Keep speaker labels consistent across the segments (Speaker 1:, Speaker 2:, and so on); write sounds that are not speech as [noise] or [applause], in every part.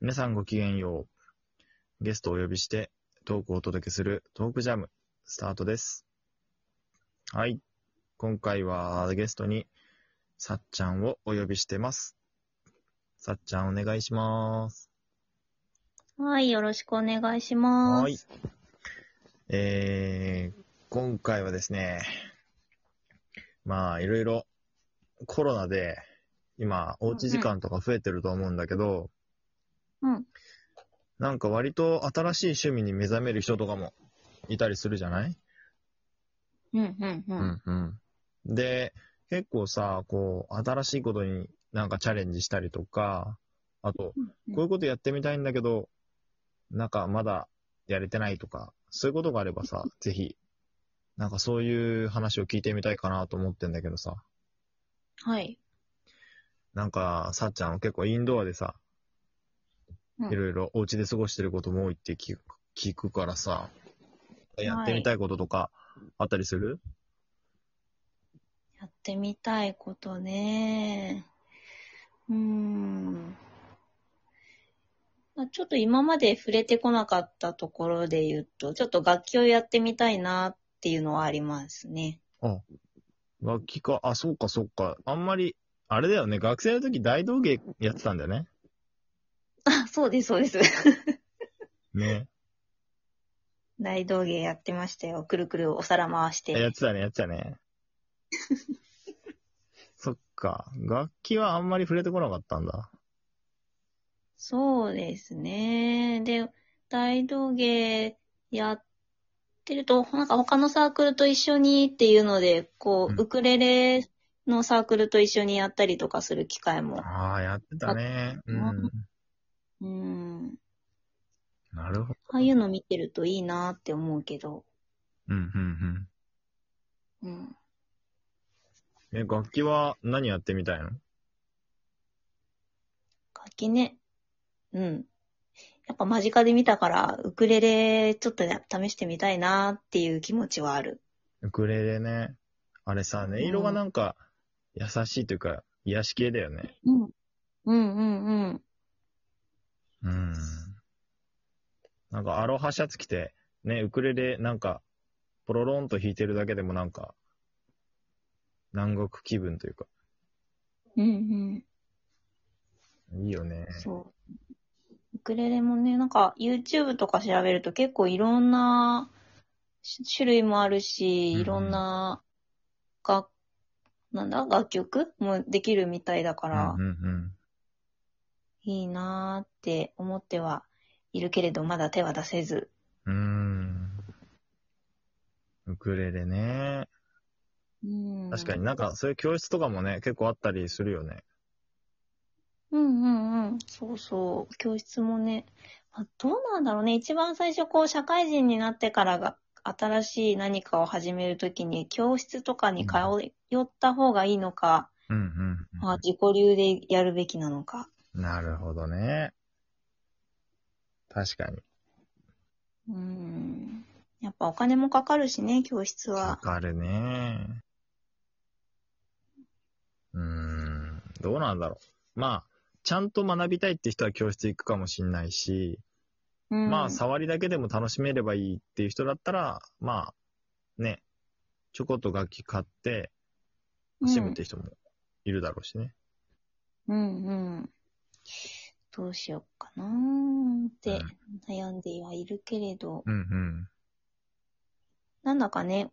Speaker 1: 皆さんごきげんよう。ゲストをお呼びしてトークをお届けするトークジャム、スタートです。はい。今回はゲストにさっちゃんをお呼びしてます。さっちゃんお願いします。
Speaker 2: はい、よろしくお願いします。
Speaker 1: はい。えー、今回はですね、まあいろいろコロナで今おうち時間とか増えてると思うんだけど、
Speaker 2: うん。
Speaker 1: なんか割と新しい趣味に目覚める人とかもいたりするじゃない
Speaker 2: うん、うん、う。
Speaker 1: うんうん。で、結構さ、こう、新しいことになんかチャレンジしたりとか、あと、
Speaker 2: うん
Speaker 1: こういうことやってみたいんだけど、なんかまだやれてないとか、そういうことがあれば
Speaker 2: [laughs]
Speaker 1: さ、ぜひ、なんかそういう話を聞いてみたいかなと思ってんだけどさ、
Speaker 2: はい。
Speaker 1: なんか、さっちゃんは結構インドアでさ
Speaker 2: う、ん
Speaker 1: いろいろお家で過ごしてることも多いって聞く聞くからさ、やってみたいこととかあったりする、
Speaker 2: やってみたいことね。うーん。まあちょっと今まで触れてこなかったところで言うと、ちょっと楽器をやってみたいなっていうのはありますね。
Speaker 1: 楽器か、あ、そうかそうか。あんまり、あれだよね、学生の時大道芸やってたんだよね。
Speaker 2: あ、 [laughs] そうです、そうです。
Speaker 1: ね。
Speaker 2: [laughs] 大道芸やってましたよ。くるくるお皿回し。
Speaker 1: やっててたね、やってた [laughs] ね。そっか。楽器はあんまり触れてこなかったんだ。
Speaker 2: そうですね。で、大道芸やってると、なんか他のサークルと一緒にっていうので、こう、
Speaker 1: うん
Speaker 2: ウクレレのサークルと一緒にやったりとかする機会も。
Speaker 1: ああ、やってたね。うん。
Speaker 2: うん。
Speaker 1: なるほど。
Speaker 2: ああいうの見てるといいなって思うけど。
Speaker 1: うん、うん、うん。
Speaker 2: うん。
Speaker 1: え、楽器は何やってみたいの
Speaker 2: 楽器ね。うん。やっぱ間近で見たから、ウクレレちょっとね、試してみたいなっていう気持ちはある。
Speaker 1: ウクレレね。あれさ、音色がなんか優しいというか、癒し系だよね。
Speaker 2: うん。うんうんうん。
Speaker 1: うん。なんかアロハシャツ着て、ね、ウクレレなんか、ポロロンと弾いてるだけでもなんか、南国気分というか、
Speaker 2: うんうん。
Speaker 1: いいよね。
Speaker 2: そう。ウクレレもね、なんか YouTube とか調べると結構いろんなし種類もあるし、
Speaker 1: うんうん
Speaker 2: いろんな楽、なんだ、楽曲もできるみたいだか
Speaker 1: う
Speaker 2: ら
Speaker 1: ん、うん
Speaker 2: いいなーって思ってはいるけれど、まだ手は出せず。
Speaker 1: うん。うん。ウクレレね。
Speaker 2: うん、
Speaker 1: 確かに。なんかそういう教室とかもね、結構あったりするよね。
Speaker 2: うんうんうん。そうそう。教室もね。まあ、どうなんだろうね。一番最初、こう、社会人になってからが、新しい何かを始めるときに、教室とかに通い寄った方がいいのか、
Speaker 1: うんうんうん。
Speaker 2: まあ、自己流でやるべきなのか。
Speaker 1: なるほどね。確かに。
Speaker 2: うん。やっぱお金もかかるしね、教室
Speaker 1: わ
Speaker 2: は。
Speaker 1: かるね。うーん、どうなんだろう。まあ、ちゃんと学びたいって人は教室行くかもしんないし、
Speaker 2: うん、
Speaker 1: まあ、触りだけでも楽しめればいいっていう人だったら、まあ、ね、ちょこっと楽器買って、始めって人もいるだろうしね。
Speaker 2: うん、うんうん。どうしようかなーって悩んではいるけれど。
Speaker 1: うんうん。
Speaker 2: なんだかね、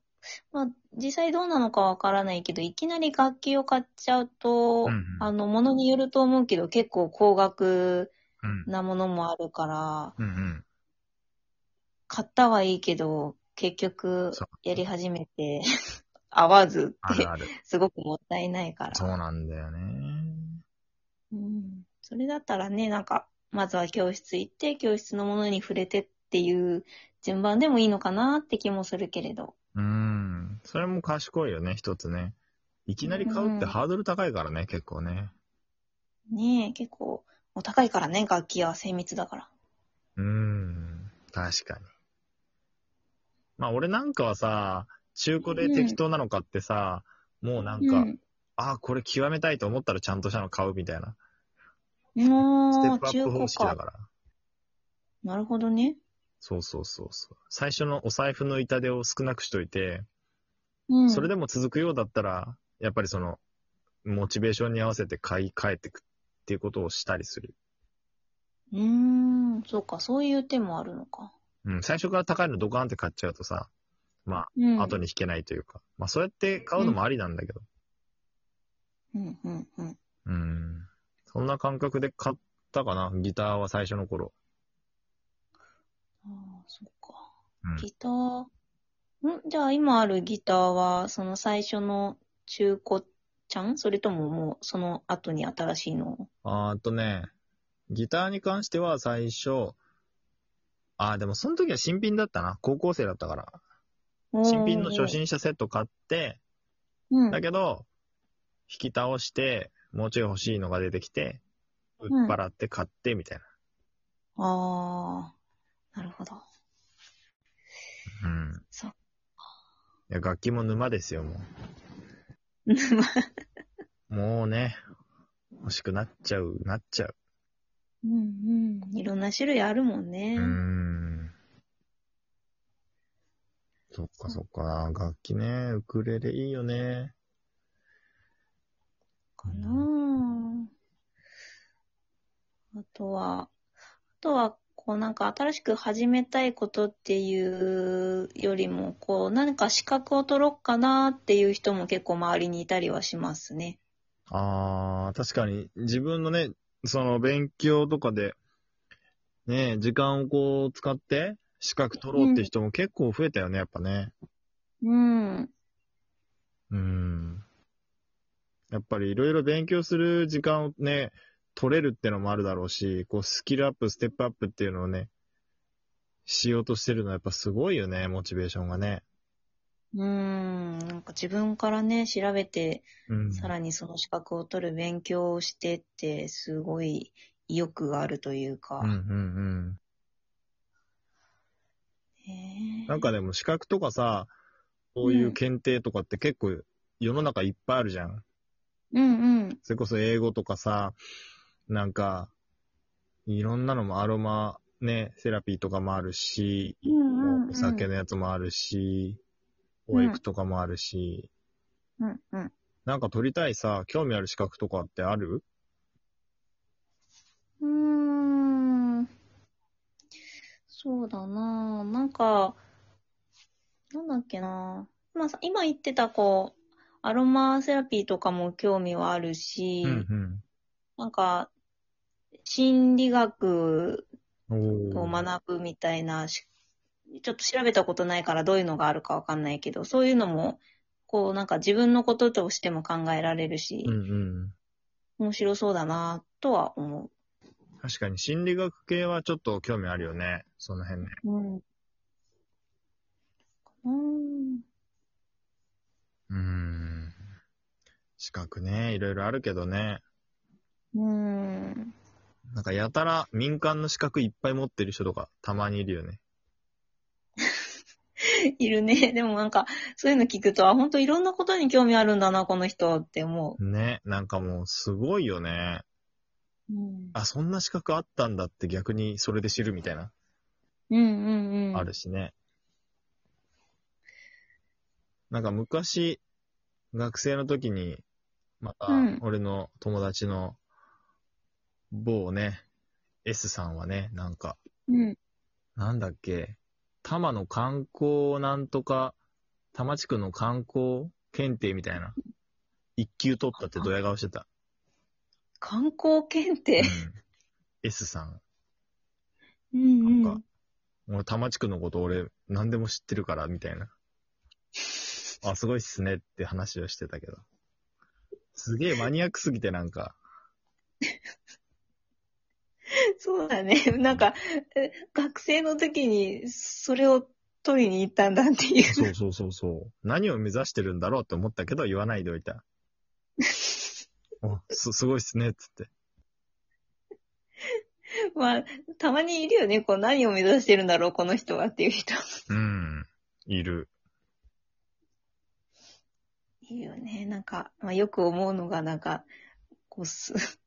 Speaker 2: まあ、実際どうなのかわからないけど、いきなり楽器を買っちゃうと、
Speaker 1: うんうん
Speaker 2: あの、ものによると思うけど、結構高額
Speaker 1: うん。
Speaker 2: なものもあるから、
Speaker 1: うんうん。
Speaker 2: 買ったはいいけど、結局
Speaker 1: そう、
Speaker 2: やり始めて、 [laughs] 合わず
Speaker 1: あ
Speaker 2: っ
Speaker 1: る
Speaker 2: て、
Speaker 1: ある。
Speaker 2: すごくもったいないから。
Speaker 1: そうなんだよね。
Speaker 2: うん。それだったらね、なんか、まずは教室行って、教室のものに触れてっていう順番でもいいのかなって気もするけれど。
Speaker 1: うーん。それも賢いよね、一つね。いきなり買うってハードル高いからね、結構ね。
Speaker 2: ねえ、結構、お高いからね、楽器は精密だから。
Speaker 1: うーん。確かに。まあ、俺なんかはさ、中古で適当なの買ってさ、もうなんか、
Speaker 2: うん
Speaker 1: ああ、これ極めたいと思ったらちゃんとしたの買うみたいな。ステッ
Speaker 2: も
Speaker 1: プ
Speaker 2: う、
Speaker 1: アッ
Speaker 2: 中
Speaker 1: プ方
Speaker 2: 古
Speaker 1: 式だ
Speaker 2: か。
Speaker 1: から。
Speaker 2: なるほどね。
Speaker 1: そうそうそうそう。最初のお財布の痛手を少なくしといて、
Speaker 2: うん。
Speaker 1: それでも続くようだったら、やっぱりその、モチベーションに合わせて買い替えていくっていうことをしたりする。
Speaker 2: うーん、そうか、そういう手もあるのか。
Speaker 1: うん、最初から高いのドカーンって買っちゃうとさ、ま
Speaker 2: うん。
Speaker 1: あ、後に引けないというか、まあ、そうやって買うのもありなんだけど、
Speaker 2: うん、うん、うん。
Speaker 1: うん、そんな感覚で買ったかな、ギターは最初の頃。
Speaker 2: ああ、そっか。
Speaker 1: うん
Speaker 2: ギター。んじゃあ今あるギターは、その最初の中古ちゃんそれとももうその後に新しいのを
Speaker 1: あーっとね、ギターに関しては最初、ああ、でもその時は新品だったな。高校生だったから。新品の初。心者セット買って、
Speaker 2: おーうん。
Speaker 1: だけど、引き倒して、もうちょい欲しいのが出てきて、売
Speaker 2: ん
Speaker 1: っ払って買ってみたい
Speaker 2: ああ、なるほど。
Speaker 1: な。うん。
Speaker 2: そっか
Speaker 1: いや、楽器も沼ですよ、も
Speaker 2: [laughs]
Speaker 1: う。もうね、欲しくなっちゃう、なっちゃう。
Speaker 2: うんうん。いろんな種類あるもんね
Speaker 1: う。ーん。そっかそっか、楽器ね、ウクレレいいよね。
Speaker 2: かなああとは、あとは、こうなんか新しく始めたいことっていうよりも、こう何か資格を取ろうかなっていう人も結構周りにいたりはしますね。
Speaker 1: ああ、確かに、自分のね、その勉強とかで、ね、時間をこう使って、資格取ろうって人も結構増えたよね、やっぱね。
Speaker 2: うん。
Speaker 1: うん。やっぱりいろいろ勉強する時間をね、取れるってのもあるだろうし、こうスキルアップ、ステップアップっていうのをね、しようとしてるのはやっぱすごいよね、モチベーションがね。
Speaker 2: うん。なんか自分からね、調べて、
Speaker 1: うん。
Speaker 2: さらにその資格を取る勉強をしてって、すごい意欲があるというか。
Speaker 1: うんうんうん。
Speaker 2: へえ
Speaker 1: なんかでも資格とかさ、こういう検定とかって結構世の中いっぱいあるじゃん。
Speaker 2: うんうん。
Speaker 1: それこそ英語とかさ、なんか、いろんなのもアロマ、ね、セラピーとかもあるし、
Speaker 2: うんうんうん
Speaker 1: お酒のやつもあるし、
Speaker 2: う
Speaker 1: 保
Speaker 2: ん
Speaker 1: 育とかもあるし、
Speaker 2: うんうん。
Speaker 1: なんか取りたいさ、興味ある資格とかってある
Speaker 2: うーんそうだなあなんか、なんだっけなあまあさ、今言ってたこう、アロマセラピーとかも興味はあるし、
Speaker 1: うん
Speaker 2: なんか、心理学
Speaker 1: うん。
Speaker 2: を
Speaker 1: おー
Speaker 2: 学ぶみたいなし、ちょっと調べたことないからどういうのがあるかわかんないけど、そういうのも、こうなんか自分のこととしても考えられるし、
Speaker 1: うんうん。
Speaker 2: 面白そうだなあとは思
Speaker 1: 確かに心理学系はちょっと興味あるよね、その辺ね。
Speaker 2: う。うん。かなあ
Speaker 1: うーん。資格ね、いろいろあるけどね。
Speaker 2: うーん。
Speaker 1: なんかやたら民間の資格いっぱい持ってる人とかたまにいるよね。
Speaker 2: いるね。 [laughs] でもなんか、そういうの聞くと、あ、本当いろんなことに興味あるんだな、この人って思
Speaker 1: ね、なんかもうすごいよね。
Speaker 2: う。うん、
Speaker 1: あ、そんな資格あったんだって逆にそれで知るみたいな、
Speaker 2: うん、うんうん。
Speaker 1: あるしね。なんか昔、学生の時に、また
Speaker 2: うん、
Speaker 1: 俺の友達の某ね、S さんはね、なんか、
Speaker 2: うん。
Speaker 1: なんだっけ、多摩の観光なんとか、多摩地区の観光検定みたいな、一級取ったってドヤ顔してた。
Speaker 2: 観光検
Speaker 1: う
Speaker 2: 定
Speaker 1: ん。S さん。
Speaker 2: うん、う
Speaker 1: なん
Speaker 2: ん
Speaker 1: か。俺、多摩地区のこと俺、何でも知ってるから、みたいな。あ、すごいっすねって話をしてたけど。すげえマニアックすぎてなんか、
Speaker 2: そうだね。 [laughs] なんか、え学生の時に、それを取りに行ったんだっていう。 [laughs]
Speaker 1: そうそうそうそう。何を目指してるんだろうって思ったけど、言わないでおいた。お、す、すごいっすね、っつって。
Speaker 2: まあ、たまにいるよね。こう、何を目指してるんだろう、この人はっていう人。
Speaker 1: うん。いる。
Speaker 2: いいよね。なんか、まあ、よく思うのが、なんか、こうす、 [laughs]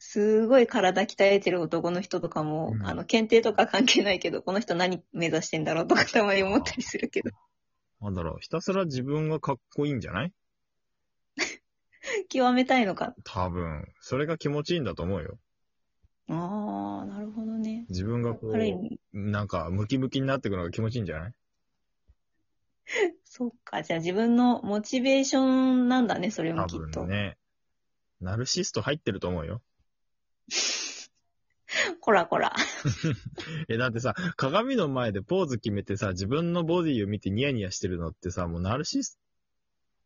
Speaker 2: すごい体鍛えてる男の人とかも、
Speaker 1: うん
Speaker 2: あの、検定とか関係ないけど、この人何目指してんだろうとかたまに思ったりするけど、 [laughs]
Speaker 1: なんだろう、ひたすら自分がかっこいいんじゃない
Speaker 2: 極めたいのか。
Speaker 1: 多分。それが気持ちいいんだと思うよ。
Speaker 2: ああ、なるほどね。
Speaker 1: 自分がこ
Speaker 2: ある意
Speaker 1: う、
Speaker 2: 味、
Speaker 1: なんか、ムキムキになってくのが気持ちいいんじゃない
Speaker 2: そっか、じゃあ自分のモチベーションなんだね、それも
Speaker 1: 多
Speaker 2: きっと。
Speaker 1: 分ね。ナルシスト入ってると思うよ。
Speaker 2: こらこら。
Speaker 1: え、だってさ、鏡の前でポーズ決めてさ、自分のボディを見てニヤニヤしてるのってさ、もうナルシス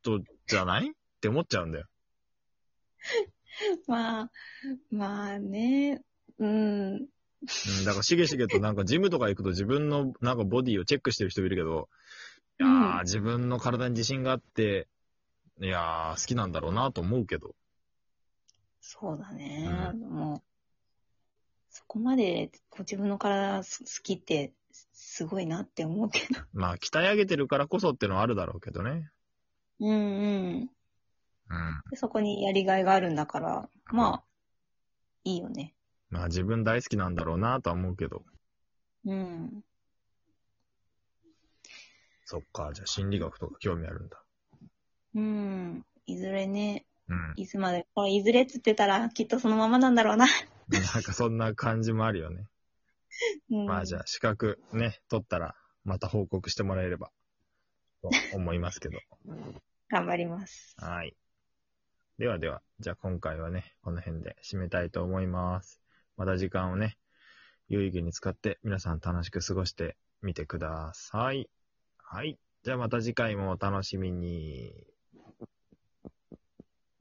Speaker 1: トじゃないって思っちゃうんだよ。
Speaker 2: [laughs] まあ、まあね、うん、
Speaker 1: うん、だからしげしげとなんかジムとか行くと自分のなんかボディをチェックしてる人いるけど、いや
Speaker 2: うん
Speaker 1: ー、自分の体に自信があって、いやー、好きなんだろうなと思うけど。
Speaker 2: そうだね。もう、そこまでこう自分の体す好きって、すすごいなって思うけど。
Speaker 1: まあ、鍛え上げてるからこそってのはあるだろうけどね。
Speaker 2: うんうん。
Speaker 1: うん。
Speaker 2: でそこにやりがいがあるんだから、まあ、いいよね。
Speaker 1: まあ、自分大好きなんだろうなとは思うけど。
Speaker 2: うん。
Speaker 1: そっか、じゃあ心理学とか興味あるんだ。
Speaker 2: うん。いずれね、
Speaker 1: うん。
Speaker 2: いつまで、これいずれっつってたら、きっとそのままなんだろうな。
Speaker 1: なんかそんな感じもあるよね。
Speaker 2: うん、
Speaker 1: まあじゃあ資格ね、取ったらまた報告してもらえればと思いますけど。
Speaker 2: 頑張ります。
Speaker 1: はい。ではでは、じゃあ今回はね、この辺で締めたいと思います。また時間をね、有意義に使って皆さん楽しく過ごしてみてください。はい。じゃあまた次回もお楽しみに。